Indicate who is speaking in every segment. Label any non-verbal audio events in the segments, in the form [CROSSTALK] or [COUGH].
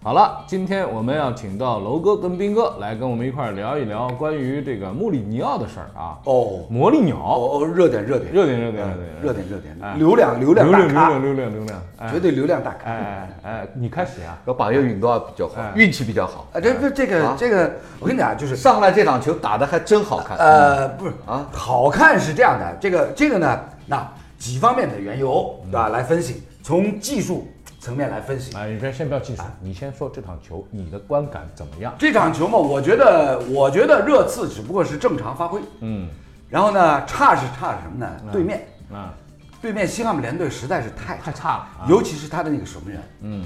Speaker 1: 好了，今天我们要请到楼哥跟斌哥来跟我们一块儿聊一聊关于这个穆里尼奥的事儿啊。
Speaker 2: 哦
Speaker 1: 魔力鸟，
Speaker 2: 哦哦，热点热点
Speaker 1: 热点热点
Speaker 2: 热
Speaker 1: 热
Speaker 2: 点热点
Speaker 1: 哎
Speaker 2: 流量流量
Speaker 1: 流
Speaker 2: 大
Speaker 1: 量流
Speaker 2: 咖，
Speaker 1: 量流量流量，哎
Speaker 2: 绝对流量大
Speaker 1: 哎
Speaker 2: 咖。
Speaker 1: 哎哎，你开始呀？
Speaker 3: 要把握运啊道比较好
Speaker 1: 哎，
Speaker 3: 运气比较好。
Speaker 2: 啊，这这这个
Speaker 3: 啊
Speaker 2: 这个，我跟你讲，就是
Speaker 3: 上来这场球打得还真好看，
Speaker 2: 呃，不是
Speaker 3: 啊
Speaker 2: 好看是这样的，这个这个呢，那几方面的缘由
Speaker 3: 嗯
Speaker 2: 对吧来分析，从技术层面来分析。
Speaker 1: 哎，你别先不要技术，你先说这场球你的观感怎么样？
Speaker 2: 这场球嘛，我觉得我觉得热刺只不过是正常发挥，
Speaker 1: 嗯
Speaker 2: 然后呢，差是差什么呢？
Speaker 3: 嗯
Speaker 2: 对面
Speaker 1: 啊，
Speaker 2: 对面西汉姆联队实在是太
Speaker 1: 太差了啊，
Speaker 2: 尤其是他的那个守门员，嗯，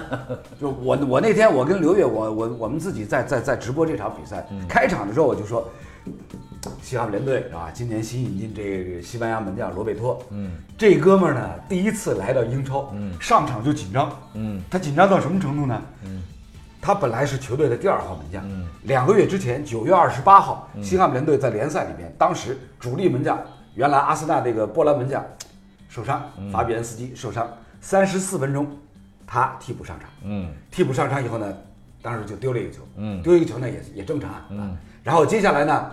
Speaker 2: [LAUGHS] 就我我那天我跟刘越，我我我们自己在在在直播这场比赛、开场的时候，我就说，西汉姆联队啊，今年新引进这个西班牙门将罗贝托，嗯，这哥们儿呢第一次来到英超，嗯，上场就紧张，嗯，他紧张到什么程度呢？嗯。他本来是球队的第二号门将，
Speaker 1: 嗯
Speaker 2: 两个月之前，九月二十八号，西汉姆联队在联赛里面，当时主力门将原来阿森纳那个波兰门将受伤，
Speaker 1: 嗯
Speaker 2: 法比安斯基受伤，三十四分钟，他替补上场。
Speaker 1: 嗯
Speaker 2: 替补上场以后呢，当时就丢了一个球。
Speaker 1: 嗯
Speaker 2: 丢一个球呢也也正常啊。嗯，然后接下来呢，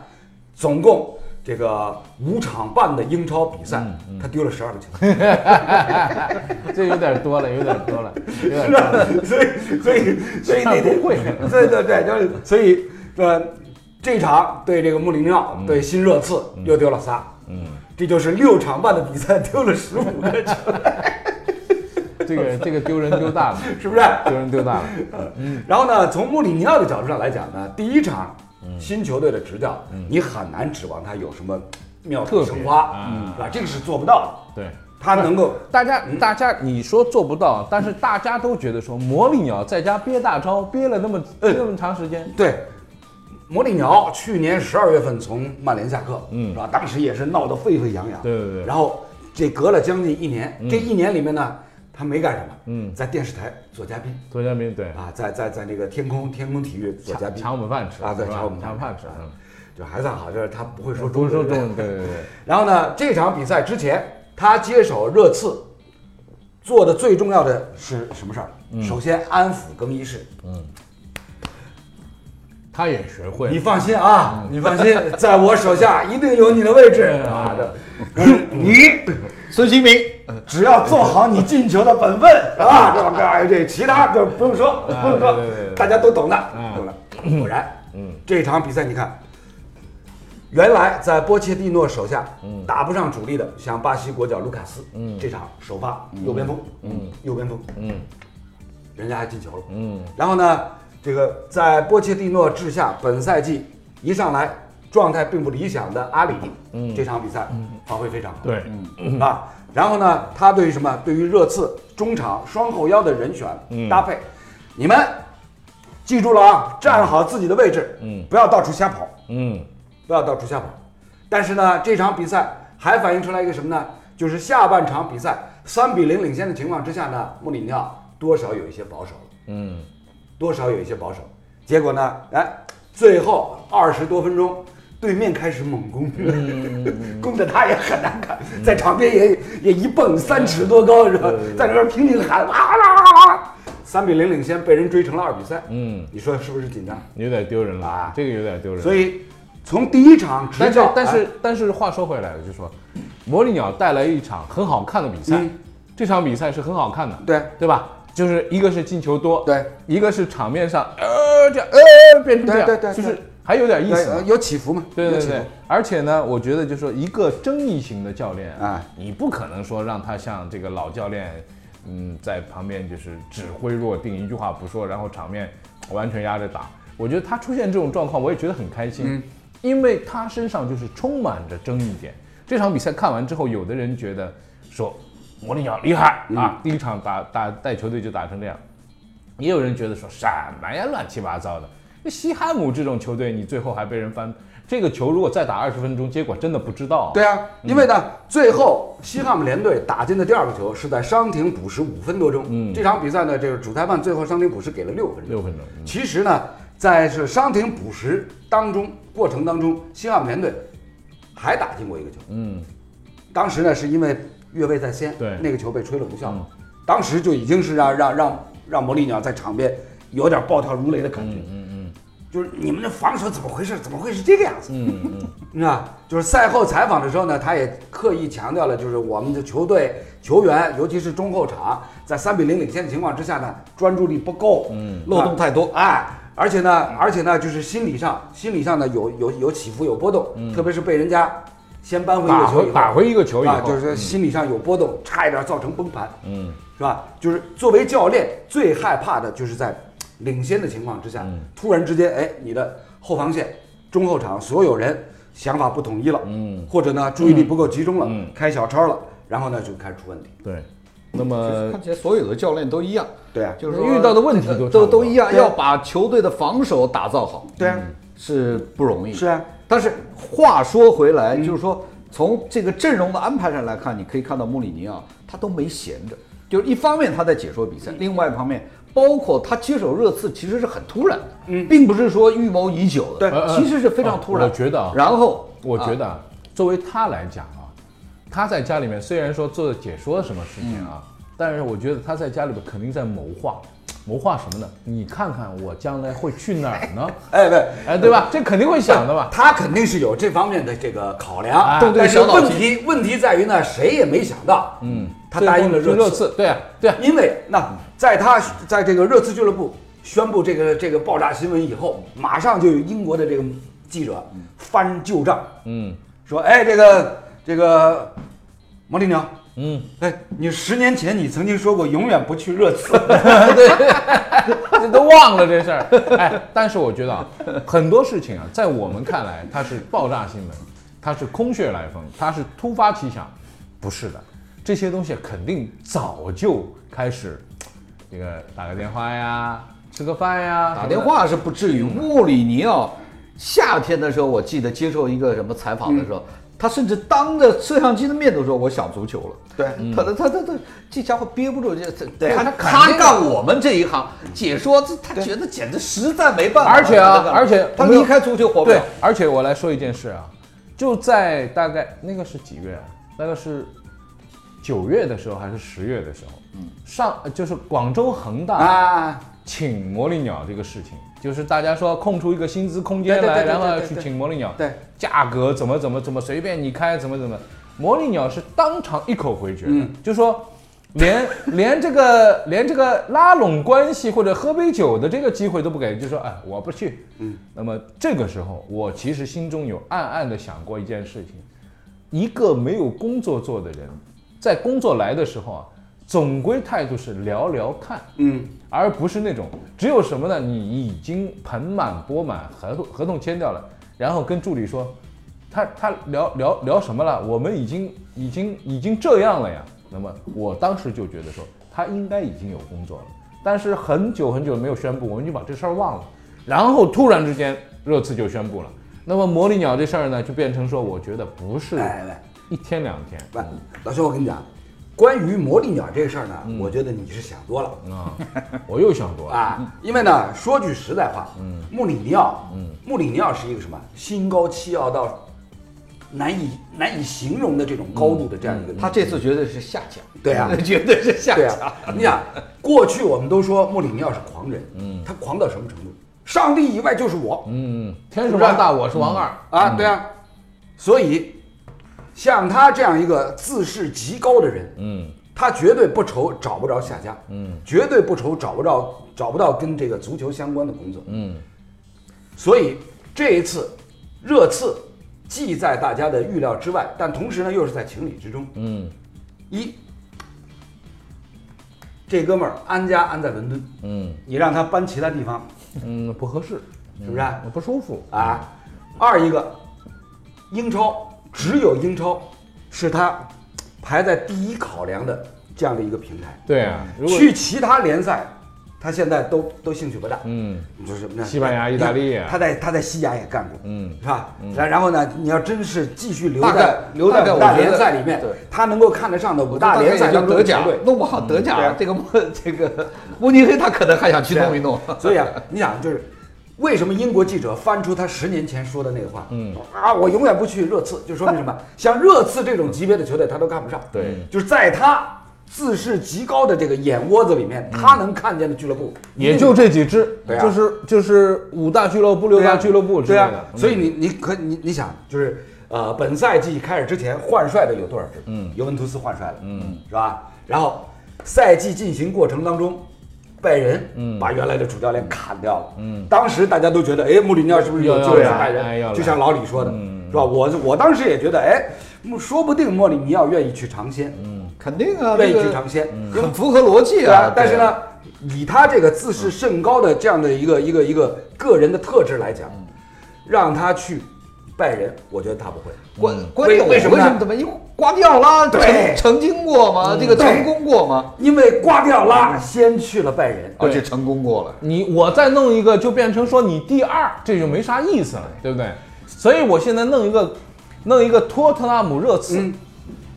Speaker 2: 总共这个五场半的英超比赛，
Speaker 1: 嗯
Speaker 2: 他丢了十二个球。
Speaker 1: 这有点多了，有点多了，
Speaker 2: [LAUGHS]
Speaker 1: 有点多了。
Speaker 2: 所以所以所以那天
Speaker 1: 不会
Speaker 2: [LAUGHS] 对对对，就是所以呃，这场对这个穆里尼
Speaker 1: 嗯
Speaker 2: 奥对新热刺又丢了仨，嗯，这就是六场半的比赛丢了十五个球， [LAUGHS]
Speaker 1: 这个这个丢人丢大了，
Speaker 2: 是不是？
Speaker 1: 丢人丢大了。嗯
Speaker 2: 然后呢，从穆里尼奥的角度上来讲呢，第一场
Speaker 1: 嗯
Speaker 2: 新球队的执教，你很难指望他有什么妙
Speaker 1: 特
Speaker 2: 手
Speaker 1: 别
Speaker 2: 生花，
Speaker 1: 啊
Speaker 2: 对吧？这个是做不到的。
Speaker 1: 对，
Speaker 2: 他能够
Speaker 1: 大家大家你说做不到，但是大家都觉得说魔力鸟在家憋大招憋了那么那么长时间，
Speaker 2: 对。摩里尼奥去年十二月份从曼联下课，嗯，是吧？当时也是闹得沸沸扬扬，
Speaker 1: 对对对嗯
Speaker 2: 然后这隔了将近一年，这一年里面呢，他没干什么，嗯，在电视台做嘉宾
Speaker 1: 左嘉宾对
Speaker 2: 啊，在在在那个天空天空体育做嘉
Speaker 1: 抢
Speaker 2: 宾
Speaker 1: 抢我们饭吃
Speaker 2: 啊，对，
Speaker 1: 是吧
Speaker 2: 抢我们
Speaker 1: 抢饭吃。嗯
Speaker 2: 就还算好，就是他不会说
Speaker 1: 不
Speaker 2: 中
Speaker 1: 是说
Speaker 2: 文
Speaker 1: 中文，对对对，
Speaker 2: [LAUGHS] 然后呢，这场比赛之前，他接手热刺做的最重要的是什么事儿？
Speaker 1: 嗯
Speaker 2: 首先安抚更衣室。
Speaker 1: 他也学会了
Speaker 2: 你。放心啊，你放心，在我手下一定有你的位置啊！这你
Speaker 3: 孙兴民，
Speaker 2: 只要做好你进球的本分啊，这个哎这其他就不用说，不用说
Speaker 1: 对对对对，
Speaker 2: 大家都懂的，懂的。果然，嗯，这场比赛你看，原来在波切蒂诺手下打不上主力的，像巴西国脚卢卡斯，嗯，这场首发右边锋，嗯，右边锋，嗯，人家还进球了，嗯，然后呢，这个在波切蒂诺治下，本赛季一上来状态并不理想的阿里，嗯，这场比赛发挥非常好，
Speaker 1: 对，
Speaker 2: 嗯啊，然后呢，他对于什么？对于热刺中场双后腰的人选搭配，你们记住了啊，站好自己的位置，嗯，不要到处瞎跑，
Speaker 1: 嗯，
Speaker 2: 不要到处瞎跑。但是呢，这场比赛还反映出来一个什么呢？就是下半场比赛三比零领先的情况之下呢，穆里尼奥多少有一些保守了，嗯，多少有一些保守。结果呢，哎，最后二十多分钟，对面开始猛攻，
Speaker 1: 嗯
Speaker 2: [LAUGHS] 攻的他也很难看，在场边也也一蹦三尺多高是吧？
Speaker 1: 嗯
Speaker 2: 在那边拼命喊哇啦哇啦，三比零领先，被人追成了二比三，嗯，你说是不是紧张？
Speaker 1: 有点丢人了
Speaker 2: 啊
Speaker 1: 这个有点丢人。
Speaker 2: 所以从第一场执
Speaker 1: 但是
Speaker 2: 教，
Speaker 1: 但
Speaker 2: 哎
Speaker 1: 是但是话说回来了，就说魔力鸟带来一场很好看的比赛，
Speaker 2: 嗯
Speaker 1: 这场比赛是很好看的，
Speaker 2: 对
Speaker 1: 对吧？就是一个是进球多，
Speaker 2: 对，
Speaker 1: 一个是场面上呃这样呃变成这样，
Speaker 2: 对对对
Speaker 1: 就是还有点意思嘛
Speaker 2: 呃。有起伏嘛？
Speaker 1: 对
Speaker 2: 有
Speaker 1: 对
Speaker 2: 起伏
Speaker 1: 对，而且呢，我觉得就说一个争议型的教练啊
Speaker 2: 啊，
Speaker 1: 你不可能说让他像这个老教练，嗯，在旁边就是指挥若定，一句话不说，然后场面完全压着打。我觉得他出现这种状况，我也觉得很开心，因为他身上就是充满着争议点。这场比赛看完之后，有的人觉得说魔力鸟厉害啊，第一场打打带球队就打成这样，也有人觉得说什么呀，乱七八糟的。那西汉姆这种球队，你最后还被人翻，这个球如果再打二十分钟，结果真的不知道。
Speaker 2: 对啊，
Speaker 1: 嗯
Speaker 2: 因为呢，最后西汉姆联队打进的第二个球是在伤停补时五分多钟。嗯，这场比赛呢，这个主裁判最后伤停补时给了六分钟。
Speaker 1: 六分钟，
Speaker 2: 其实呢，在是伤停补时当中过程当中，西汉姆联队还打进过一个球。嗯，当时呢是因为越位在先，
Speaker 1: 对
Speaker 2: 嗯那个球被吹了无效，当时就已经是让让让让魔力鸟在场边有点暴跳如雷的感觉。嗯嗯，就是你们的防守怎么回事？怎么会是这个样子？嗯嗯，啊，就是赛后采访的时候呢，他也刻意强调了，就是我们的球队球员，尤其是中后场，在三比零领先的情况之下呢，专注力不够，嗯
Speaker 3: 漏洞太多
Speaker 2: 哎。而且呢，而且呢，就是心理上，心理上呢有有有起伏，有波动，
Speaker 3: 嗯
Speaker 2: 特别是被人家先扳回一个
Speaker 1: 打
Speaker 2: 球以后
Speaker 1: 回，打回一个球以
Speaker 2: 啊，
Speaker 1: 后，
Speaker 2: 就是说心理上有波动，差一点造成崩盘，嗯，是吧？就是作为教练最害怕的就是在领先的情况之下，突然之间，哎，你的后防线、中后场所有人想法不统一了，嗯，或者呢注意力不够集中了，开小抄了，然后呢就开始出问题，
Speaker 1: 对。那
Speaker 3: 其实
Speaker 1: 么
Speaker 3: 呃看起来所有的教练都一样，
Speaker 2: 对啊，
Speaker 3: 就是
Speaker 1: 呃遇到的问题都
Speaker 3: 都
Speaker 1: 差不多
Speaker 3: 都都一样，
Speaker 2: 对啊
Speaker 3: 要把球队的防守打造好
Speaker 2: 对啊，
Speaker 3: 是不容易。
Speaker 2: 是啊，
Speaker 3: 但是话说回来，就是说从这个阵容的安排上来看，你可以看到穆里尼啊，他都没闲着，就是一方面他在解说比
Speaker 1: 嗯
Speaker 3: 赛，另外一方面。包括他接手热刺其实是很突然的，并不是说预谋已久的，
Speaker 1: 嗯对
Speaker 3: 其实是非常突然。
Speaker 1: 呃呃我觉得啊
Speaker 3: 然后
Speaker 1: 我觉
Speaker 3: 啊
Speaker 1: 得啊，作为他来讲啊，他在家里面虽然说做解说什么事情啊，
Speaker 2: 嗯
Speaker 1: 但是我觉得他在家里边肯定在谋划，谋划什么呢？你看看我将来会去哪儿呢？
Speaker 2: 哎对。
Speaker 1: 哎，对吧？这肯定会想的吧？
Speaker 2: 他肯定是有这方面的这个考量，
Speaker 3: 动动
Speaker 2: 但是
Speaker 3: 小脑
Speaker 2: 问
Speaker 3: 筋
Speaker 2: 题问题在于呢，谁也没想到，嗯，他
Speaker 1: 最
Speaker 2: 答
Speaker 1: 后
Speaker 2: 应了
Speaker 1: 就
Speaker 2: 热
Speaker 1: 热
Speaker 2: 刺，
Speaker 1: 刺，对啊，对啊，
Speaker 2: 因为那在他在这个热刺俱乐部宣布这个这个爆炸新闻以后，马上就有英国的这个记者翻旧账，
Speaker 1: 嗯
Speaker 2: 说：“哎，这个这个毛利鸟，
Speaker 1: 嗯，
Speaker 2: 哎，你十年前你曾经说过永远不去热刺，对，
Speaker 1: [LAUGHS] 这都忘了这事儿。哎，但是我觉得啊，很多事情啊，在我们看来它是爆炸新闻，它是空穴来风，它是突发奇想，不是的，这些东西肯定早就开始，这个打个电话呀，吃个饭呀，
Speaker 3: 打电话是不至于。穆里尼奥夏天的时候，我记得接受一个什么采访的时候，
Speaker 2: 嗯
Speaker 3: 他甚至当着摄像机的面都说我想足球了。
Speaker 2: 对
Speaker 3: 他他他他这家伙憋不住，这这
Speaker 2: 对
Speaker 3: 他
Speaker 2: 他
Speaker 3: 他干我们这一行解说，这他觉得简直实在没办法。
Speaker 1: 而且
Speaker 3: 他
Speaker 1: 啊，
Speaker 3: 干
Speaker 1: 而且
Speaker 3: 他
Speaker 1: 没有
Speaker 3: 离开足球活不
Speaker 1: 对
Speaker 3: 了。，
Speaker 1: 而且我来说一件事啊，就在大概那个是几月啊？那个是九月的时候还是十月的时候？嗯，上就是广州恒大
Speaker 2: 啊，
Speaker 1: 请魔力鸟这个事情，就是大家说空出一个薪资空间
Speaker 2: 对对对
Speaker 1: 来，
Speaker 2: 对
Speaker 1: 然后要
Speaker 2: 对
Speaker 1: 去
Speaker 2: 对
Speaker 1: 请魔力鸟，
Speaker 2: 对，
Speaker 1: 价格怎么怎么怎么随便你开，怎么怎么，魔力鸟是当场一口回绝的，
Speaker 2: 嗯
Speaker 1: 就说。连 [LAUGHS] 连这个连这个拉拢关系或者喝杯酒的这个机会都不给，就说哎我不去。嗯，那么这个时候，我其实心中有暗暗的想过一件事情，一个没有工作做的人，在工作来的时候啊，总归态度是聊聊看，
Speaker 2: 嗯，
Speaker 1: 而不是那种只有什么呢？你已经盆满钵满，合同合同签掉了，然后跟助理说，他他聊聊聊什么了？我们已经已经已经这样了呀。那么我当时就觉得说，他应该已经有工作了，但是很久很久没有宣布，我们就把这事儿忘了。然后突然之间，热刺就宣布了。那么魔力鸟这事儿呢，就变成说，我觉得不是
Speaker 2: 来来。”
Speaker 1: 一天两天，
Speaker 2: 喂，老师，我跟你讲，关于魔力鸟这个事儿呢，我觉得你是想多了
Speaker 1: 啊，我又想多了。
Speaker 2: 啊，因为呢，说句实在话，穆里尼奥，穆里尼奥是一个什么心高气傲到难以难以形容的这种高度的这样一个人，
Speaker 3: 他这次绝对是下家，
Speaker 2: 对啊
Speaker 3: 绝对是下
Speaker 2: 对
Speaker 3: 家。
Speaker 2: 啊，你想，过去我们都说穆里尼奥是狂人，他狂到什么程度？上帝以外就是我，
Speaker 1: 嗯，天是王大，我是王二。
Speaker 2: 啊，对啊，所以像他这样一个自视极高的人，嗯，他绝对不愁找不着下家，嗯，绝对不愁找不着找不到跟这个足球相关的工作，嗯，所以这一次热刺既在大家的预料之外，但同时呢又是在情理之中，嗯，一。这哥们儿安家安在伦敦，嗯，你让他搬其他地方，
Speaker 1: 嗯，不合适，
Speaker 2: 是不是啊？
Speaker 1: 我不舒服。
Speaker 2: 啊，二一个，英超只有英超是他排在第一考量的这样的一个平台，
Speaker 1: 对啊，如果
Speaker 2: 去其他联赛，他现在都都兴趣不大。
Speaker 1: 嗯，
Speaker 2: 就是那
Speaker 1: 西班牙意大利
Speaker 2: 他在他在西甲也干过，
Speaker 1: 嗯，
Speaker 2: 是吧？然然后呢，你要真是继续留
Speaker 3: 大概
Speaker 2: 在留在
Speaker 3: 大概
Speaker 2: 五
Speaker 3: 我
Speaker 2: 大
Speaker 3: 觉得
Speaker 2: 联赛里面
Speaker 3: 对，
Speaker 2: 他能够看得上的五
Speaker 3: 我
Speaker 2: 大联赛
Speaker 3: 就
Speaker 2: 当中
Speaker 3: 德
Speaker 2: 的
Speaker 3: 甲
Speaker 2: 球队，
Speaker 3: 弄不好德甲、
Speaker 2: 对啊
Speaker 3: 这个这个 [LAUGHS] 慕尼黑，他可能还想去
Speaker 2: 对啊
Speaker 3: 弄一弄。
Speaker 2: [LAUGHS] 所以啊，你想就是。为什么英国记者翻出他十年前说的那个话？嗯啊，我永远不去热刺，就说明什么？像热刺这种级别的球队，他都看不上。
Speaker 1: 对，
Speaker 2: 就是在他自视极高的这个眼窝子里面，他能看见的俱乐部
Speaker 1: 也就这几支，
Speaker 2: 对啊
Speaker 1: 就是就是五大俱乐部、六
Speaker 2: 对
Speaker 1: 大
Speaker 2: 啊
Speaker 1: 俱乐部之
Speaker 2: 对
Speaker 1: 类
Speaker 2: 啊
Speaker 1: 的，，嗯
Speaker 2: 所以你你可你你想就是呃，本赛季开始之前换帅的有多少支？嗯，尤文图斯换帅了，嗯，是吧？然后赛季进行过程当中。拜仁，嗯，把原来的主教练砍掉了，嗯，当时大家都觉得，哎，穆里尼奥是不是有
Speaker 1: 要
Speaker 2: 救了
Speaker 1: 要来
Speaker 2: 拜
Speaker 1: 哎要来嗯
Speaker 2: 仁？就像老李说的，是吧？我我当时也觉得，哎，说不定莫里尼奥愿意去尝鲜，嗯，
Speaker 3: 肯定啊，
Speaker 2: 愿意
Speaker 3: 这个
Speaker 2: 去尝鲜，
Speaker 1: 嗯
Speaker 2: 因为
Speaker 3: 很符合逻辑
Speaker 2: 对啊
Speaker 3: 啊。，
Speaker 2: 但是呢，以他这个自视甚高的这样的一个一个一个个人的特质来
Speaker 3: 嗯
Speaker 2: 讲，让他去拜仁，我觉得他不会。
Speaker 3: 对，嗯关关键我
Speaker 2: 为为什么呢
Speaker 3: 怎么因为瓜迪奥拉
Speaker 2: 对
Speaker 3: 曾曾经过吗？这个成功过吗？
Speaker 2: 因为瓜迪奥拉
Speaker 3: 嗯
Speaker 2: 先去了拜仁，
Speaker 1: 对
Speaker 3: 而且哦成功过了。
Speaker 1: 你我再弄一个，就变成说你第二，这就没啥意思了，对不对？所以我现在弄一个，弄一个托特纳姆热刺，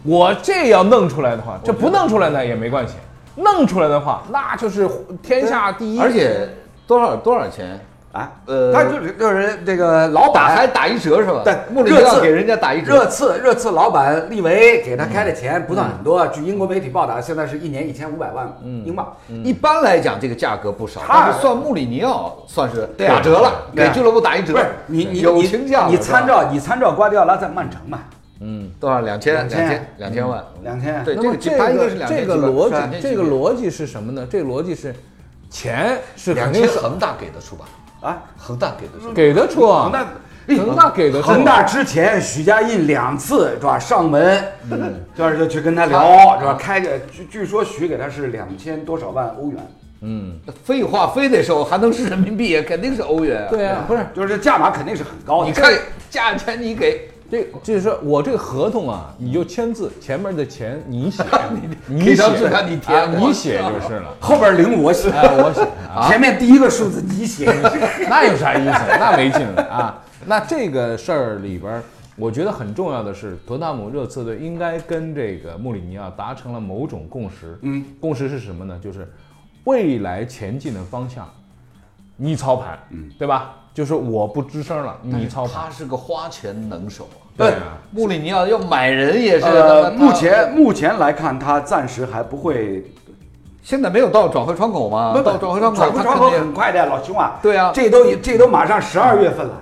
Speaker 1: 我这要弄出来的话，这不弄出来呢也没关系，弄出来的话，那就是天下第一。
Speaker 3: 而且多少多少钱？
Speaker 2: 啊，
Speaker 3: 呃
Speaker 2: 他就是就是这个老
Speaker 3: 打还
Speaker 2: 板，
Speaker 3: 打一折是吧？
Speaker 2: 对
Speaker 3: 穆里尼
Speaker 2: 热
Speaker 3: 奥
Speaker 2: 刺
Speaker 3: 给人家打一折嗯
Speaker 2: 热。刺热刺老板利维给他开的钱不算很多，据英国媒体报道，现在是一年一千五百万
Speaker 3: 嗯
Speaker 2: 英镑。
Speaker 3: 一般来讲，这个价格不少，
Speaker 2: 差
Speaker 3: 但是算穆里尼奥算是
Speaker 2: 对啊
Speaker 3: 打折了，
Speaker 2: 对
Speaker 3: 给
Speaker 2: 啊
Speaker 3: 俱乐部打一折。
Speaker 2: 不是你你
Speaker 3: 友
Speaker 2: 你
Speaker 3: 情价嘛，
Speaker 2: 你
Speaker 3: 是吧
Speaker 2: 参照你参照瓜迪奥拉在曼城嘛，
Speaker 3: 多少？两千
Speaker 2: 两千
Speaker 3: 千两千万。
Speaker 2: 两千
Speaker 3: 对，
Speaker 1: 那么这
Speaker 3: 这个他应该
Speaker 1: 个
Speaker 3: 是两千
Speaker 1: 这个
Speaker 3: 几吧
Speaker 1: 逻
Speaker 3: 是吧
Speaker 1: 辑，这个逻辑是什么呢？这个逻辑是，钱是肯
Speaker 4: 两
Speaker 1: 定
Speaker 4: 千
Speaker 1: 是
Speaker 4: 恒大给得出吧？
Speaker 2: 啊，
Speaker 4: 恒大给得出，
Speaker 1: 给得出啊
Speaker 2: 恒，大。哎
Speaker 1: 恒大给得出，
Speaker 2: 恒大之前，许家印两次是吧上门，
Speaker 3: 嗯
Speaker 2: 就是就去跟他
Speaker 3: 啊
Speaker 2: 聊是吧？开个据据说许给他是两千多少万欧元，
Speaker 3: 废话非得收，还能是人民币？肯定是欧元。
Speaker 1: 对啊，不是
Speaker 2: 就是这价码肯定是很高的。
Speaker 3: 你看价钱你给，
Speaker 1: 这就是说我这个合同啊，你就签字，前面的钱你写，你写
Speaker 3: 给张纸让你填
Speaker 1: 啊
Speaker 3: 我
Speaker 1: 你写就是了。
Speaker 2: 后边零我写，
Speaker 1: 哎，我写啊，
Speaker 2: 前面第一个数字你
Speaker 3: [LAUGHS]
Speaker 2: 写，
Speaker 1: [LAUGHS] 那有啥意思？那没劲了啊。那这个事儿里边儿，我觉得很重要的是，德纳姆热刺队应该跟这个穆里尼奥达成了某种共识。嗯，共识是什么呢？就是未来前进的方向，你操盘，嗯，对吧？就是我不吱声了，你操盘
Speaker 3: 他。是个花钱能手啊。
Speaker 1: 对啊，
Speaker 3: 穆里尼奥要买人也是。
Speaker 2: 呃，
Speaker 3: 他
Speaker 2: 目前目前来看，他暂时还不会
Speaker 3: 现在没有到转会窗口吗？到转会窗口，
Speaker 2: 转会窗
Speaker 3: 他
Speaker 2: 口
Speaker 3: 肯定
Speaker 2: 很快的，老兄啊，
Speaker 3: 对啊嗯
Speaker 2: 这都这都马上十二月份了，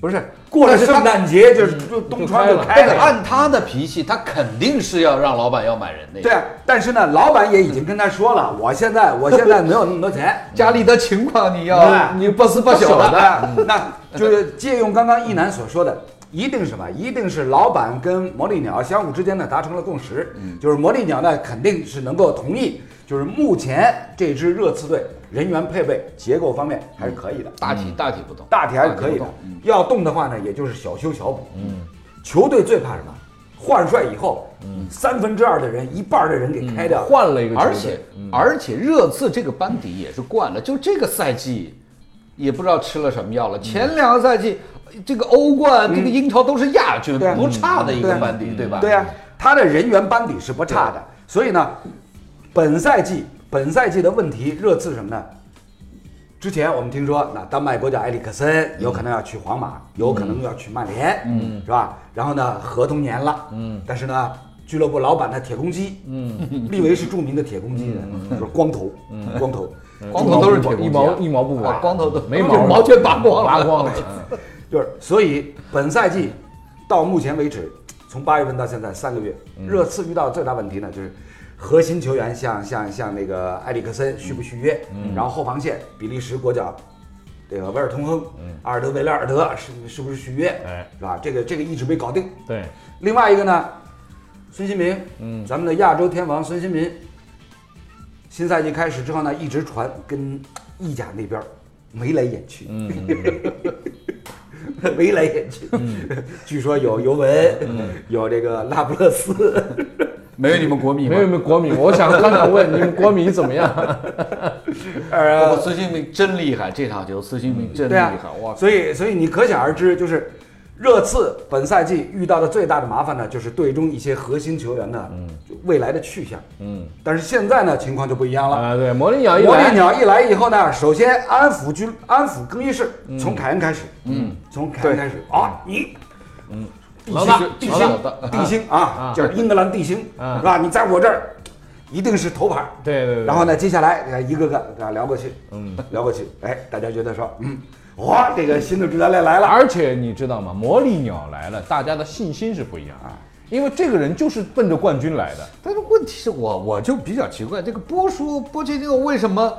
Speaker 3: 不是
Speaker 2: 过了
Speaker 3: 但是他嗯
Speaker 2: 圣诞节就是就东窗就
Speaker 1: 就
Speaker 2: 开
Speaker 1: 开
Speaker 2: 了
Speaker 4: 但。按他的脾气，他肯定是要让老板要买人的。
Speaker 2: 对，啊，但是呢，老板也已经跟他说了，我现在我现在没有那么多钱，
Speaker 3: 家里的情况你
Speaker 2: 哎
Speaker 3: 要哦你不是不晓
Speaker 2: 晓
Speaker 3: 得。
Speaker 2: 得，那就是借用刚刚一楠所说的，一定是什么？一定是老板跟魔力鸟相互之间呢达成了共识，就是魔力鸟呢肯定是能够同意，就是目前这支热刺队人员配备结构方面还是可以的，
Speaker 3: 嗯
Speaker 4: 大体大体不懂。
Speaker 2: 大体还是可以的。要动的话呢，也就是小修小补。球队最怕什么？换帅以后，三分之二的人，一半儿的人给开掉。
Speaker 1: 换了一个球队，
Speaker 3: 而且而且热刺这个班底也是惯了，就这个赛季也不知道吃了什么药了。前两个赛季这个欧冠、这个英超都是亚军，
Speaker 2: 对啊
Speaker 3: 不差的一
Speaker 2: 对
Speaker 3: 个
Speaker 2: 啊
Speaker 3: 班底，对吧？嗯
Speaker 2: 对呀、他的人员班底是不差的，所以呢，本赛季本赛季的问题，热刺什么呢？之前我们听说，那丹麦国脚埃里克森
Speaker 3: 嗯
Speaker 2: 有可能要去皇马，有可能要去曼联，嗯，是吧？然后呢，合同年了，嗯，但是呢，俱乐部老板呢铁公鸡，嗯，利维是著名的铁公鸡人，就是光头，光头，
Speaker 3: 嗯光头都是铁
Speaker 1: 一
Speaker 3: 公鸡
Speaker 1: 毛
Speaker 3: 啊
Speaker 1: 一毛不拔
Speaker 3: 啊，光头都
Speaker 1: 没
Speaker 3: 就
Speaker 1: 毛，
Speaker 3: 是毛全拔光了
Speaker 1: 拔光
Speaker 3: [LAUGHS]
Speaker 1: 了。嗯
Speaker 2: 就是，所以本赛季到目前为止，从八月份到现在三个月，热刺遇到的最大问题呢，就是核心球员像像像那个埃里克森续不续约，然后后防线比利时国脚这个维尔通亨、阿尔德维莱尔德是是不是续约，
Speaker 1: 哎
Speaker 2: 是吧？这个这个一直没搞定。
Speaker 1: 对，
Speaker 2: 另外一个呢，孙兴民，嗯，咱们的亚洲天王孙兴民，新赛季开始之后呢，一直传跟意甲那边儿眉来眼去，
Speaker 3: 嗯
Speaker 2: [LAUGHS] 眉来眼去，
Speaker 3: 嗯
Speaker 2: [LAUGHS] 据说有尤文，有这个拉布勒斯，
Speaker 3: 没有你们国米
Speaker 1: 没有没有国米，我想刚想问你们国米怎么样？
Speaker 2: 呃，
Speaker 3: 我孙兴民真厉害，这场球孙兴民真厉
Speaker 2: 对啊
Speaker 3: 害，哇！
Speaker 2: 所以所以你可想而知，就是热刺本赛季遇到的最大的麻烦呢，就是队中一些核心球员呢，
Speaker 3: 嗯
Speaker 2: 就未来的去向，嗯，但是现在呢，情况就不一样了。
Speaker 1: 啊，对，魔力鸟一
Speaker 2: 魔力
Speaker 1: 来，
Speaker 2: 鸟哎一来以后呢，首先安抚居安抚更衣室，从凯恩开始，嗯，从凯恩开始啊，你，嗯，
Speaker 1: 老大
Speaker 2: 地
Speaker 1: 老
Speaker 2: 啊星地星啊，就是英格兰地星，是吧？你在我这儿，一定是头牌。
Speaker 1: 对对对
Speaker 2: 然后呢，接下来呃一个个啊聊过去，嗯，聊过去，哎，大家觉得说，嗯，哇，这个新的主教练来了，
Speaker 1: 而且你知道吗？魔力鸟来了，大家的信心是不一样
Speaker 2: 啊
Speaker 1: 的，因为这个人就是奔着冠军来的。
Speaker 3: 但是问题是我我就比较奇怪，这个波叔波切蒂诺为什么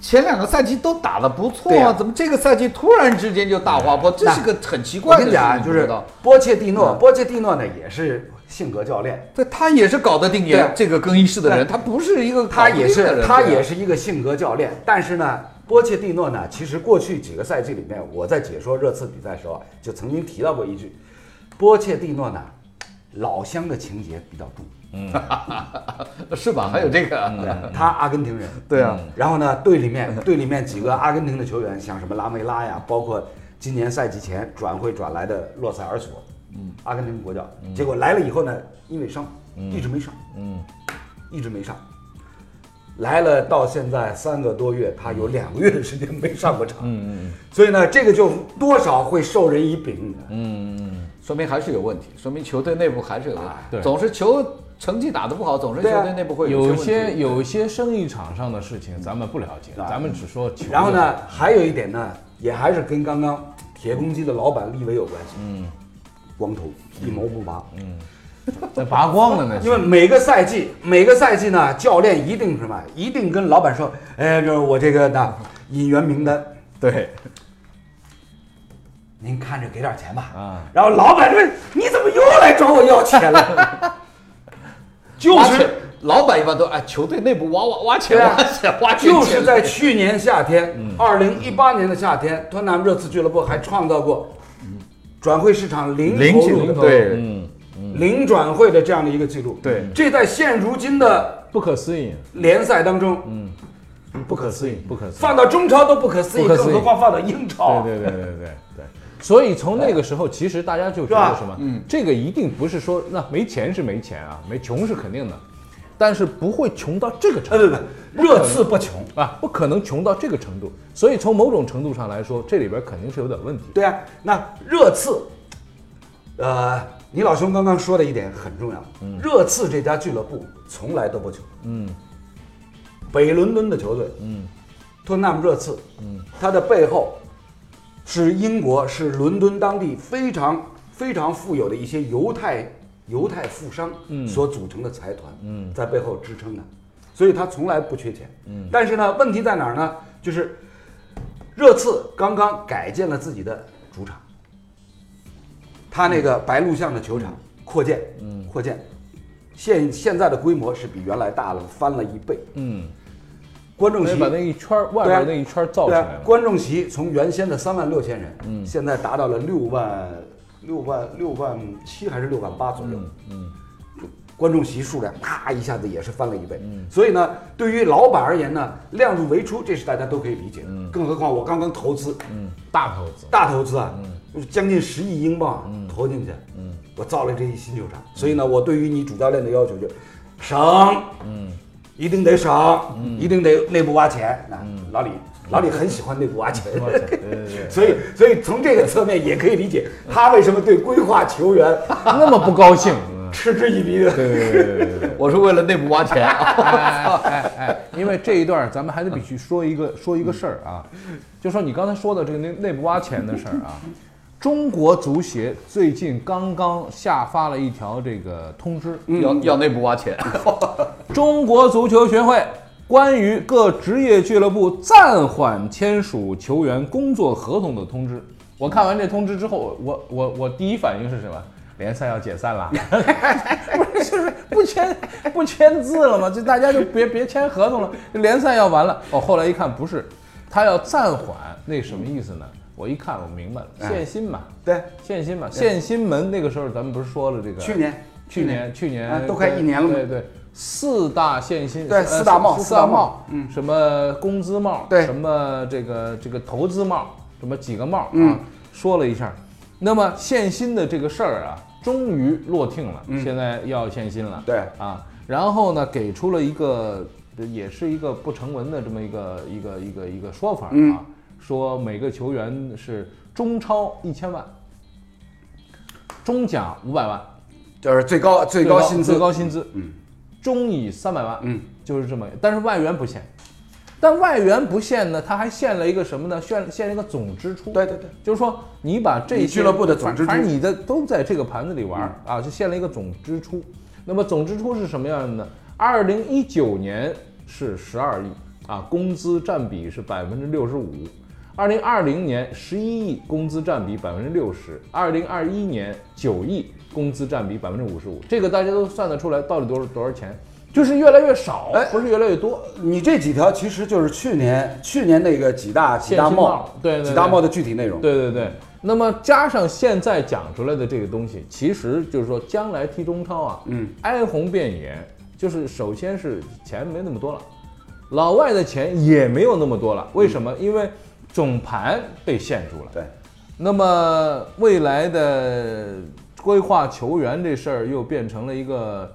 Speaker 3: 前两个赛季都打得不错啊
Speaker 2: 对啊呀
Speaker 3: 怎么这个赛季突然之间就大滑坡？这是个很奇
Speaker 2: 我
Speaker 3: 怪的
Speaker 2: 跟你
Speaker 3: 事
Speaker 2: 讲，啊
Speaker 3: 情，
Speaker 2: 就
Speaker 3: 你知
Speaker 2: 是
Speaker 3: 道。
Speaker 2: 嗯波切蒂诺，波切蒂诺呢也是性格教练，
Speaker 3: 对他也是搞得定
Speaker 2: 对啊
Speaker 3: 也这个更衣室的人，
Speaker 2: 对啊
Speaker 3: 他不是一个
Speaker 2: 他
Speaker 3: 搞不
Speaker 2: 也
Speaker 3: 定
Speaker 2: 是
Speaker 3: 的人
Speaker 2: 他
Speaker 3: 对啊
Speaker 2: 也是一个性格教练，但是呢，波切蒂诺呢，其实过去几个赛季里面，我在解说热刺比赛的时候啊，就曾经提到过一句，波切蒂诺呢，老乡的情节比较重，
Speaker 3: 啊是吧？还有这个，
Speaker 2: 嗯
Speaker 3: 啊
Speaker 2: 他阿根廷人，嗯
Speaker 3: 对啊，
Speaker 2: 然后呢，队里面 [LAUGHS] 队里面几个阿根廷的球员，像什么拉梅拉呀，包括今年赛季前转会转来的洛塞尔索，嗯，阿根廷国脚，结果来了以后呢，因为伤，一直没上，嗯，一直没上。来了到现在三个多月，他有两个月的时间没上过场，嗯嗯，所以呢，这个就多少会授人以柄，嗯，
Speaker 3: 说明还是有问题，说明球队内部还是有问
Speaker 2: 啊
Speaker 3: 题。
Speaker 1: 对
Speaker 3: 总是球成绩打得不好，总是球
Speaker 2: 对啊
Speaker 3: 队内部会
Speaker 1: 有
Speaker 3: 一些问
Speaker 1: 些
Speaker 3: 题
Speaker 1: 有些生意场上的事情咱们不了解，
Speaker 2: 啊
Speaker 1: 咱们只说球。
Speaker 2: 然后呢，，还有一点呢，也还是跟刚刚铁公鸡的老板立维有关系，嗯，光头一毛不拔，嗯。
Speaker 1: 那拔光
Speaker 3: [LAUGHS]
Speaker 1: 了呢？
Speaker 2: 因为每个赛季，每个赛季呢，教练一定什么，一定跟老板说，哎，就是我这个那引援名单，
Speaker 1: 对，
Speaker 2: 您看着给点钱吧。
Speaker 1: 啊
Speaker 2: 然后老板说，你怎么又来找我要钱了？
Speaker 3: [LAUGHS]
Speaker 2: 就
Speaker 3: 挖钱
Speaker 2: 是，
Speaker 3: 老板一般都哎，球队内部挖挖挖钱，
Speaker 2: 对啊
Speaker 3: 挖钱，挖钱，嗯
Speaker 2: 就是
Speaker 3: 钱
Speaker 2: 在去年夏天，二零一八年的夏天，托纳姆热刺俱乐部还创造过转会市场零
Speaker 3: 零
Speaker 2: 投入
Speaker 3: 投入
Speaker 2: 的、
Speaker 3: 对
Speaker 1: 嗯，
Speaker 2: 零转会的这样的一个记录。
Speaker 3: 对
Speaker 2: 这在现如今的
Speaker 1: 不可思议，
Speaker 2: 联赛当中，
Speaker 1: 嗯不可思议，不可思议。
Speaker 2: 放到中超都不可思议，
Speaker 1: 不可思
Speaker 2: 更
Speaker 1: 议
Speaker 2: 何况放到英超？
Speaker 1: 对对对对对对。所以从那个时候，其实大家就觉
Speaker 2: 是
Speaker 1: 得
Speaker 2: 吧
Speaker 1: 什么，嗯，这个一定不是说那没钱是没钱啊，没穷是肯定的，但是不会穷到这个程度。
Speaker 2: 呃，不不，热刺不穷。
Speaker 1: 啊，不可能穷到这个程度。所以从某种程度上来说，这里边肯定是有点问题。
Speaker 2: 对啊，那热刺，呃，你老兄刚刚说的一点很重要，
Speaker 1: 嗯
Speaker 2: 热刺这家俱乐部从来都不穷。嗯，北伦敦的球队，嗯，托纳姆热刺，嗯，它的背后是英国，是伦敦当地非常非常富有的一些犹太犹太富商所组成的财团，嗯，在背后支撑的，所以他从来不缺钱。嗯，但是呢，问题在哪儿呢？就是热刺刚刚改建了自己的主场，他那个白鹿巷的球场扩建，嗯，扩建，现现在的规模是比原来大了翻了一倍，
Speaker 1: 嗯，
Speaker 2: 观众
Speaker 1: 所以
Speaker 2: 席
Speaker 1: 把那一圈儿外
Speaker 2: 对啊
Speaker 1: 边那一圈儿造出
Speaker 2: 对
Speaker 1: 来
Speaker 2: 啊
Speaker 1: 了。
Speaker 2: 观众席从原先的三万六千人，嗯，现在达到了六万六万六万七还是六万八左右，嗯，观众席数量啪一下子也是翻了一倍，嗯，所以呢，对于老板而言呢，量入为出，这是大家都可以理解的，更何况我刚刚投资，
Speaker 1: 嗯，大投资。
Speaker 2: 大投资啊，就是将近十亿英镑啊投进去，嗯，我造了这一新球场，所以呢，我对于你主教练的要求就省，嗯，一定得省，一定得内部挖钱。那老李，老嗯李很喜欢内部挖钱，
Speaker 1: 对对对，
Speaker 2: [LAUGHS] 所以所以从这个侧面也可以理解他为什么对规划球员
Speaker 1: 那么不高兴。
Speaker 2: 嗤之以鼻的。
Speaker 1: 对对对对对，
Speaker 3: 我是为了内部挖钱啊。
Speaker 2: [LAUGHS]
Speaker 1: 哎哎哎，因为这一段咱们还得必须说一个说一个事儿啊，就说你刚才说的这个内内部挖钱的事儿啊，中国足协最近刚刚下发了一条这个通知，
Speaker 3: 要
Speaker 2: 嗯
Speaker 3: 要内部挖
Speaker 2: [LAUGHS]
Speaker 3: 钱，
Speaker 1: 中国足球学会关于各职业俱乐部暂缓签署球员工作合同的通知。我看完这通知之后，我我我第一反应是什么？联赛要解散了，不是就是不签不签字了吗？就大家就别别签合同了，这联赛要完了。哦，后来一看不是，他要暂缓，那什么意思呢？我一看我明白了，限薪嘛，
Speaker 2: 对，
Speaker 1: 限薪嘛，限薪门那个时候咱们不是说了这个
Speaker 2: 去年
Speaker 1: 去年去年、
Speaker 2: 啊都快一年了嘛
Speaker 1: 对对，四大限薪，
Speaker 2: 对
Speaker 1: 呃
Speaker 2: 四大帽
Speaker 1: 四
Speaker 2: 四
Speaker 1: 大
Speaker 2: 大
Speaker 1: 帽
Speaker 2: 帽，
Speaker 1: 嗯，什么工资帽，
Speaker 2: 对
Speaker 1: 什么这个这个投资帽，什么几个帽啊
Speaker 2: 嗯，
Speaker 1: 说了一下。那么限薪的这个事儿啊，终于落听了，现在要限薪了，
Speaker 2: 嗯对
Speaker 1: 啊，然后呢，给出了一个呃也是一个不成文的这么一个一个一个一个说法啊，
Speaker 2: 嗯
Speaker 1: 说每个球员是中超一千万，中甲五百万。
Speaker 2: 就是最高最高薪资
Speaker 1: 最，高薪资，嗯，中乙三百万，嗯，就是这么，但是外援不限，但外援不限呢，他还限了一个什么呢？限限了一个总支出。
Speaker 2: 对对对，
Speaker 1: 就是说你把这
Speaker 2: 你
Speaker 1: 些
Speaker 2: 俱乐部的总
Speaker 1: 反
Speaker 2: 支出嗯
Speaker 1: 反正你的都在这个盘子里玩儿、啊，就限了一个总支出。那么总支出是什么样的呢？二零一九年是十二亿啊，工资占比是百分之六十五。二零二零年十一亿，工资占比百分之六十；二零二一年九亿，工资占比百分之五十五。这个大家都算得出来，到底多少多少钱？就是越来越少，
Speaker 2: 哎
Speaker 1: 不是越来越多。
Speaker 2: 你这几条其实就是去年去年那个几大几大
Speaker 1: 现金帽
Speaker 2: 帽，
Speaker 1: 对对对
Speaker 2: 几大帽的具体内容。
Speaker 1: 对对对，那么加上现在讲出来的这个东西，其实就是说将来踢中超啊，
Speaker 2: 嗯，
Speaker 1: 哀鸿遍野，就是首先是钱没那么多了，老外的钱也没有那么多了，为什么？因为总盘被限住了。
Speaker 2: 对，
Speaker 1: 那么未来的规划球员这事儿又变成了一个，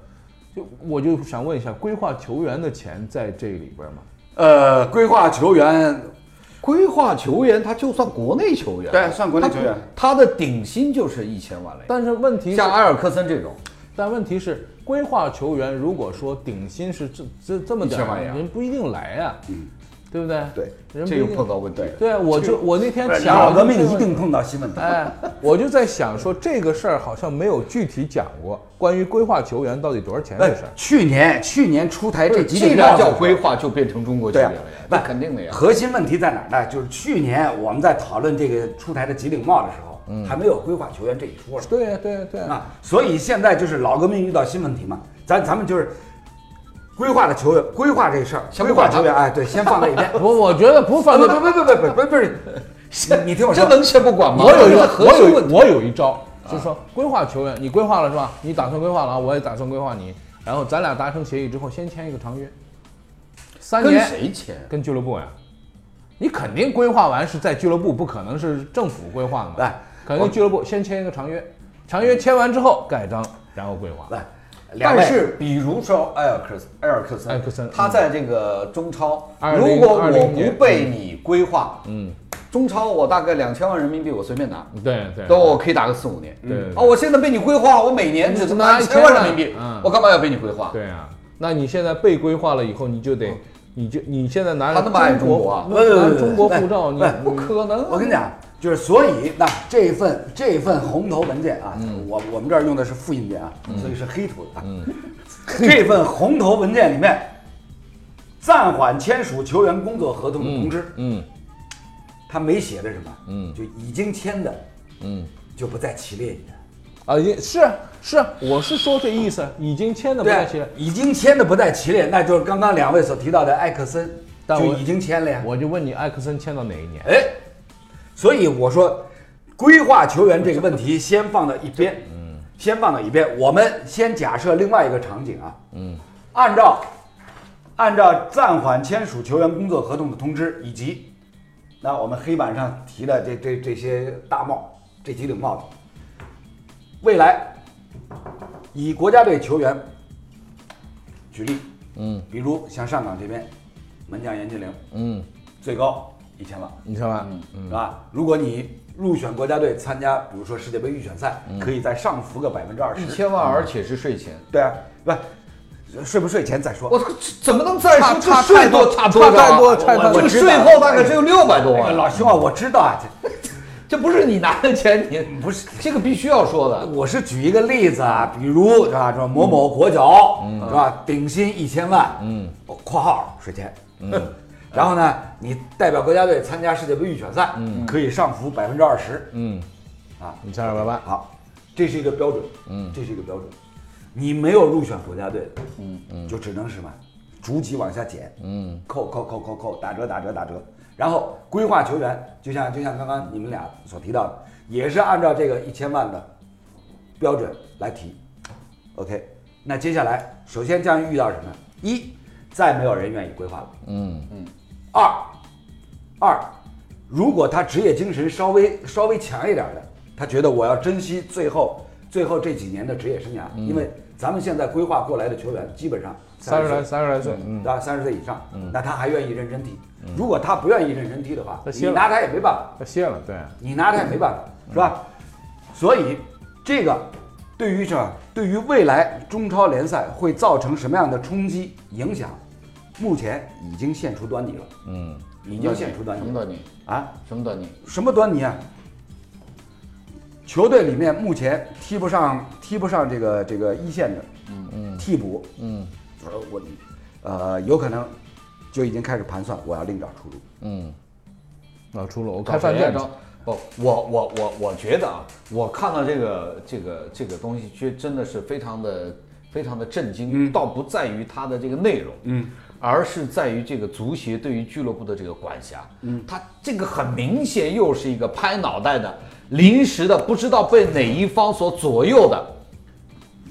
Speaker 1: 就我就想问一下，规划球员的钱在这里边吗？
Speaker 2: 呃，规划球员，
Speaker 3: 规划球员，他就算国内球员，
Speaker 2: 对啊算国内
Speaker 3: 他
Speaker 2: 球员
Speaker 3: 他的顶薪就是一千万了呀。
Speaker 1: 但是问题是
Speaker 3: 像埃尔克森这种，
Speaker 1: 但问题是，规划球员如果说顶薪是这这这么点
Speaker 2: 一千万呀
Speaker 1: 儿，人不一定来啊，对不对？
Speaker 3: 对，
Speaker 1: 人不一
Speaker 3: 这
Speaker 1: 定
Speaker 3: 个碰到问题。
Speaker 1: 对啊，我就我那天
Speaker 2: 老
Speaker 1: 想
Speaker 2: 革命一定碰到新问题。
Speaker 1: 哎，我就在想说这个事儿好像没有具体讲过关于规划球员到底多少钱
Speaker 2: 哎
Speaker 1: 这事儿。
Speaker 2: 去年去年出台这几
Speaker 3: 既
Speaker 2: 顶
Speaker 3: 然
Speaker 2: 帽
Speaker 3: 叫
Speaker 2: 子，
Speaker 3: 规划，就变成中国球
Speaker 2: 对
Speaker 3: 员
Speaker 2: 啊
Speaker 3: 了呀，这肯定的呀。
Speaker 2: 核心问题在哪儿呢？就是去年我们在讨论这个出台的几顶帽的时候，
Speaker 3: 嗯
Speaker 2: 还没有规划球员这一说呢。
Speaker 1: 对呀、对呀、对呀、
Speaker 2: 啊，所以现在就是老革命遇到新问题嘛，咱咱们就是规划的球员，规划这事儿，
Speaker 3: 先
Speaker 2: 规
Speaker 3: 不
Speaker 2: 划
Speaker 3: 管它
Speaker 2: 球员，哎，对，先放在一
Speaker 3: [LAUGHS]
Speaker 2: 边。
Speaker 1: 不，我觉得不
Speaker 2: 不
Speaker 1: 放
Speaker 2: 不
Speaker 1: 在
Speaker 2: 不不不不不不是，你你听我
Speaker 3: 这
Speaker 2: 说，
Speaker 3: 能先不管吗？
Speaker 1: 我有一
Speaker 3: 一
Speaker 1: 个
Speaker 3: 个
Speaker 1: 我
Speaker 3: 核心
Speaker 1: 有
Speaker 3: 问
Speaker 1: 一
Speaker 3: 题，
Speaker 1: 我有一招，就是说规划球员，你规划了是吧？你打算规划了啊，我也打算规划你，然后咱俩达成协议之后，先签一个长约，三
Speaker 3: 跟
Speaker 1: 年。
Speaker 3: 谁签？啊
Speaker 1: 跟俱乐部呀、你肯定规划完是在俱乐部，不可能是政府规划的嘛。
Speaker 3: 哎
Speaker 2: 来
Speaker 1: 肯定俱乐部先签一个长约，长约签完之后盖章，然后规划。
Speaker 2: 来，两
Speaker 3: 但
Speaker 2: 位
Speaker 3: 是，比如说埃尔克斯埃尔克森，
Speaker 1: 埃尔克森嗯
Speaker 3: 他在这个中超，
Speaker 1: 20
Speaker 3: 如果我
Speaker 1: 20年
Speaker 3: 不被你规划，嗯，中超我大概两千万人民币，我随便拿，
Speaker 1: 对啊对
Speaker 3: 都我可以打个四五年。
Speaker 1: 对嗯对对
Speaker 3: 啊，我现在被你规划，我每年只能拿
Speaker 1: 拿
Speaker 3: 一
Speaker 1: 一
Speaker 3: 千
Speaker 1: 千
Speaker 3: 万
Speaker 1: 万
Speaker 3: 人民币
Speaker 1: 嗯，
Speaker 3: 我干嘛要被你规划？
Speaker 1: 对啊，那你现在被规划了以后，你就得，你就你现在拿着
Speaker 3: 嗯他那么爱中国
Speaker 1: 国
Speaker 3: 啊哎
Speaker 1: 拿着中国
Speaker 2: 喂
Speaker 1: 护照，你
Speaker 2: 喂
Speaker 1: 不可能啊
Speaker 2: 我跟你讲，就是所以那这份这份红头文件啊，
Speaker 1: 嗯
Speaker 2: 我我们这儿用的是复印件啊，所以是黑土的啊。这份红头文件里面，暂缓签署球员工作合同的通知，
Speaker 1: 嗯
Speaker 2: 他没写的什么，
Speaker 1: 嗯
Speaker 2: 就已经签的
Speaker 1: 嗯
Speaker 2: 就不在其列里面。
Speaker 1: 啊，也是是，我是说这意思，已经签的不在期了。
Speaker 2: 啊已经签的不在其列，那就是刚刚两位所提到的艾克森，
Speaker 1: 但
Speaker 2: 就
Speaker 1: 我
Speaker 2: 已经签了呀。
Speaker 1: 我就问你，埃克森签到哪一年？
Speaker 2: 哎，所以我说，规划球员这个问题先放到一边，嗯，先放到一边。我们先假设另外一个场景啊，嗯，按照按照暂缓签署球员工作合同的通知，以及那我们黑板上提的这这这些大帽，这几顶帽子，未来以国家队球员举例，嗯，比如像上港这边，门将严俊凌，
Speaker 1: 嗯，
Speaker 2: 最高一千万，
Speaker 1: 你看吧，
Speaker 2: 是吧？如果你入选国家队参加，比如说世界杯预选赛，可以再上浮个百分之二
Speaker 3: 一
Speaker 2: 十。
Speaker 3: 千万，而且是税前。
Speaker 1: 嗯
Speaker 2: 对啊，不，税不税前再说。
Speaker 3: 我这怎么能再
Speaker 1: 差
Speaker 3: 说这
Speaker 1: 差
Speaker 3: 税
Speaker 1: 差
Speaker 3: 多
Speaker 1: 多
Speaker 3: 差
Speaker 1: 差
Speaker 3: 多少啊？
Speaker 1: 太多差太
Speaker 3: 这
Speaker 1: 多
Speaker 3: 个税后大概只有六百多
Speaker 2: 哎
Speaker 3: 万，
Speaker 2: 老兄啊，我知道啊，这嗯
Speaker 3: 这不是你拿的钱，你
Speaker 2: 不是
Speaker 3: 这个必须要说
Speaker 1: 哎
Speaker 3: 的。
Speaker 2: 我是举一个例子啊，比如是吧，说某某国脚、是吧，顶薪一千万，嗯，括号税前，嗯， [LAUGHS] 然后呢，你代表国家队参加世界杯预选赛，嗯，可以上浮百分之二十，
Speaker 1: 嗯，
Speaker 2: 啊，
Speaker 1: 你签二百万，
Speaker 2: 好，这是一个标准，嗯，这是一个标准。你没有入选国家队的，嗯嗯，就只能什么，逐级往下减，嗯，扣扣扣扣扣，打折打折打折。然后规划球员，就像就像刚刚你们俩所提到的，也是按照这个一千万的标准来提。OK，那接下来首先将遇到什么？一，再没有人愿意规划了。
Speaker 1: 嗯。
Speaker 2: 二，二，如果他职业精神稍微稍微强一点的，他觉得我要珍惜最后最后这几年的职业生涯，因为咱们现在规划过来的球员基本上
Speaker 1: 嗯三十来
Speaker 2: 岁，
Speaker 1: 三十来岁，嗯，
Speaker 2: 啊，三十岁以上，那他还愿意认真踢。如果他不愿意认真踢的话，
Speaker 1: 他歇
Speaker 2: 你
Speaker 1: 了
Speaker 2: 拿他也没办法，
Speaker 1: 他歇了，对，
Speaker 2: 你拿他也没办法，是吧？所以这个对于这对于未来中超联赛会造成什么样的冲击影响，目前已经现出端倪了。
Speaker 1: 嗯，
Speaker 2: 已经现出端
Speaker 4: 什
Speaker 2: 倪
Speaker 4: 么
Speaker 2: 了
Speaker 4: 端倪？
Speaker 2: 啊！
Speaker 4: 什么端倪？
Speaker 2: 什么端倪啊？球队里面目前踢不上踢不上这个这个一线的，嗯嗯，替补，嗯，我呃有可能就已经开始盘算我要另找出路。
Speaker 1: 老出了，我
Speaker 4: 搞
Speaker 1: 开饭店
Speaker 4: 谁呀
Speaker 1: 吧
Speaker 3: 不，我我我我觉得啊，我看到这个这个这个东西，其实真的是非常的非常的震惊，倒不在于它的这个内容，嗯，而是在于这个足协对于俱乐部的这个管辖，嗯，它这个很明显又是一个拍脑袋的、临时的，不知道被哪一方所左右的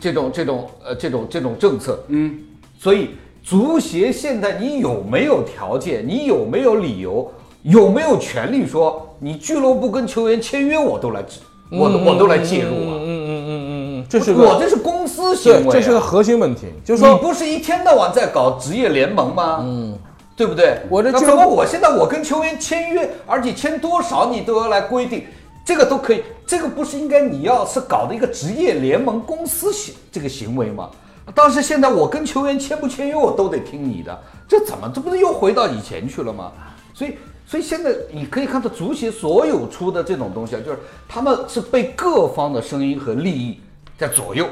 Speaker 3: 这种这种呃这种这种政策，嗯，所以足协现在你有没有条件，你有没有理由，有没有权利说你俱乐部跟球员签约我都来制，我都我都来介入啊？
Speaker 1: 嗯嗯嗯嗯嗯，这是
Speaker 3: 我
Speaker 1: 个
Speaker 3: 这是公司行为
Speaker 1: 对
Speaker 3: 啊、，
Speaker 1: 这是个核心问题，就是
Speaker 3: 你
Speaker 1: 说
Speaker 3: 不是一天到晚在搞职业联盟吗？嗯，对不对？
Speaker 1: 我这
Speaker 3: 那
Speaker 1: 俱
Speaker 3: 怎
Speaker 1: 乐部
Speaker 3: 么我现在我跟球员签约，而且签多少你都要来规定，这个都可以，这个不是应该你要是搞的一个职业联盟公司行这个行为吗？但是现在我跟球员签不签约我都得听你的，这怎么这不是又回到以前去了吗？所以。所以现在你可以看到足协所有出的这种东西啊，就是他们是被各方的声音和利益在左右，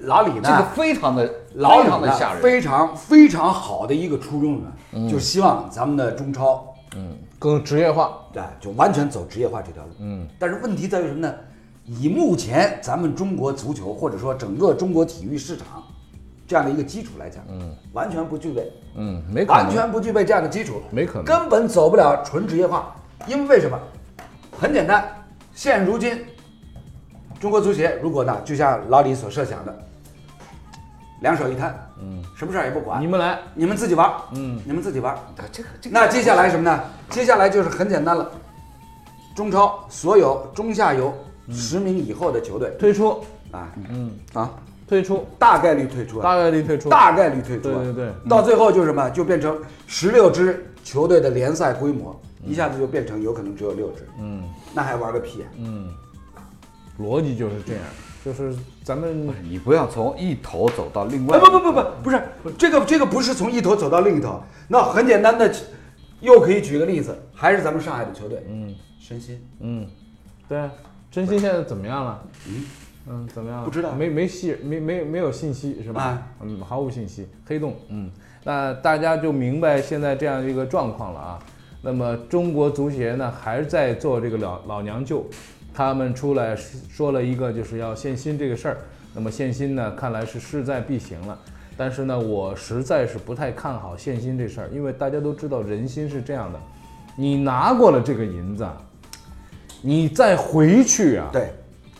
Speaker 2: 老李呢？
Speaker 3: 这个非常的
Speaker 2: 老
Speaker 3: 非
Speaker 2: 李
Speaker 3: 常的
Speaker 2: 呢
Speaker 3: 吓人。嗯
Speaker 2: 非常非常好的一个初衷呢，就希望咱们的中超，
Speaker 1: 更职业化，
Speaker 2: 对，就完全走职业化这条路。嗯，但是问题在于什么呢？以目前咱们中国足球或者说整个中国体育市场这样的一个基础来讲，嗯，完全不具备，
Speaker 1: 嗯，没可
Speaker 2: 完
Speaker 1: 能，
Speaker 2: 全不具备这样的基础，
Speaker 1: 没可能
Speaker 2: 根本走不了纯职业化。因为为什么？很简单，现如今中国足协如果呢，就像老李所设想的，两手一摊，嗯，什么事儿也不管，
Speaker 1: 你们来，
Speaker 2: 你们自己玩儿，嗯，你们自己玩儿。
Speaker 3: 这个这个
Speaker 2: 那接下来什么呢？接下来就是很简单了，中超所有中下游
Speaker 1: 嗯
Speaker 2: 十名以后的球队
Speaker 1: 退出，
Speaker 2: 啊，嗯啊，
Speaker 1: 退出，
Speaker 2: 大概率退出啊，
Speaker 1: 大概率退出，
Speaker 2: 大概率退出啊，
Speaker 1: 对对对
Speaker 2: 到最后就是什么？就变成十六支球队的联赛规模，一下子就变成有可能只有六支，嗯，那还玩个屁啊！
Speaker 1: 逻辑就是这样，就是咱 [LAUGHS] 们
Speaker 3: 你不要从一头走到另
Speaker 2: 哎，
Speaker 3: 外。
Speaker 2: 不不不不，不是这个这个不是从一头走到另一头，那很简单的，又可以举个例子，还是咱们上海的球队，嗯，申鑫，
Speaker 1: 对啊，真心现在怎么样了？嗯，怎么样了？
Speaker 2: 不知道
Speaker 1: 没没信，没没没有信息是吧？
Speaker 2: 啊
Speaker 1: 嗯，毫无信息，黑洞。嗯，那大家就明白现在这样一个状况了啊。那么中国足协呢，还是在做这个老老娘舅，他们出来说了一个就是要限薪这个事儿。那么限薪呢，看来是势在必行了。但是呢，我实在是不太看好限薪这事儿，因为大家都知道人心是这样的，你拿过了这个银子啊，你再回去啊，
Speaker 2: 对，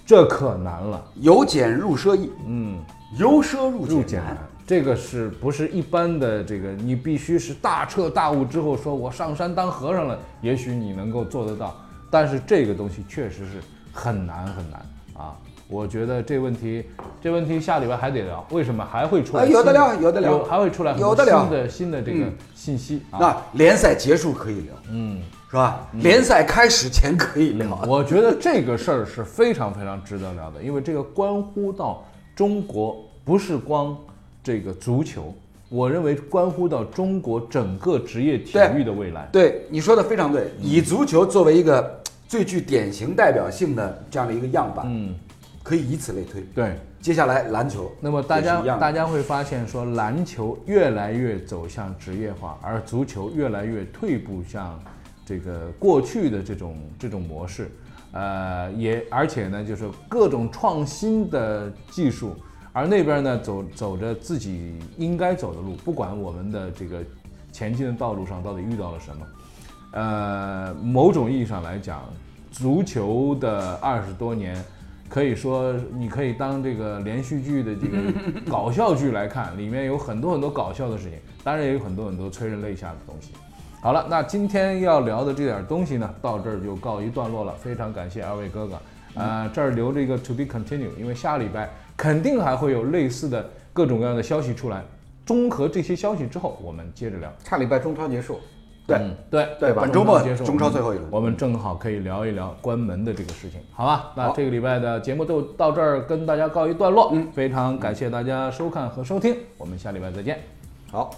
Speaker 1: 这可难了。
Speaker 2: 由俭入奢易，嗯，由奢入
Speaker 1: 入
Speaker 2: 俭
Speaker 1: 简难，这个是不是一般的？这个你必须是大彻大悟之后，说我上山当和尚了，也许你能够做得到。但是这个东西确实是很难很难啊！我觉得这问题，这问题下礼拜还得聊，为什么还会出来
Speaker 2: 哎
Speaker 1: 新的？
Speaker 2: 有得聊有得聊
Speaker 1: 还会出来很多
Speaker 2: 有得聊嗯
Speaker 1: 新的新的这个信息啊！
Speaker 2: 那联赛结束可以聊，嗯，是吧？联赛开始前可以聊，
Speaker 1: [LAUGHS] 我觉得这个事儿是非常非常值得聊的，因为这个关乎到中国，不是光这个足球，我认为关乎到中国整个职业体育的未来。
Speaker 2: 对你说的非常
Speaker 1: 嗯
Speaker 2: 对，以足球作为一个最具典型代表性的这样的一个样板，嗯，可以以此类推。
Speaker 1: 对，
Speaker 2: 接下来篮球，
Speaker 1: 那么大家大
Speaker 2: 家
Speaker 1: 家会发现说，篮球越来越走向职业化，而足球越来越退步向这个过去的这种这种模式。呃，也而且呢，就是各种创新的技术，而那边呢走走着自己应该走的路，不管我们的这个前进的道路上到底遇到了什么。呃，某种意义上来讲，足球的二十多年，可以说你可以当这个连续剧的这个呃搞笑剧来看，里面有很多很多搞笑的事情，当然也有很多很多催人泪下的东西。好了，那今天要聊的这点东西呢，到这儿就告一段落了。非常感谢二位哥哥，呃，这儿留着一个 to be continue，因为下礼拜肯定还会有类似的各种各样的消息出来。综合这些消息之后，我们接着聊。
Speaker 3: 下礼拜中超结束，
Speaker 2: 对
Speaker 1: 嗯对
Speaker 2: 对吧？本
Speaker 3: 本周
Speaker 2: 周
Speaker 3: 末
Speaker 2: 末
Speaker 1: 结束
Speaker 2: 中超最后一轮，
Speaker 1: 嗯我们正好可以聊一聊关门的这个事情，好吧？那这个礼拜的节目就到这儿，跟大家告一段落。嗯，非常感谢大家收看和收听，我们下礼拜再见。
Speaker 3: 好，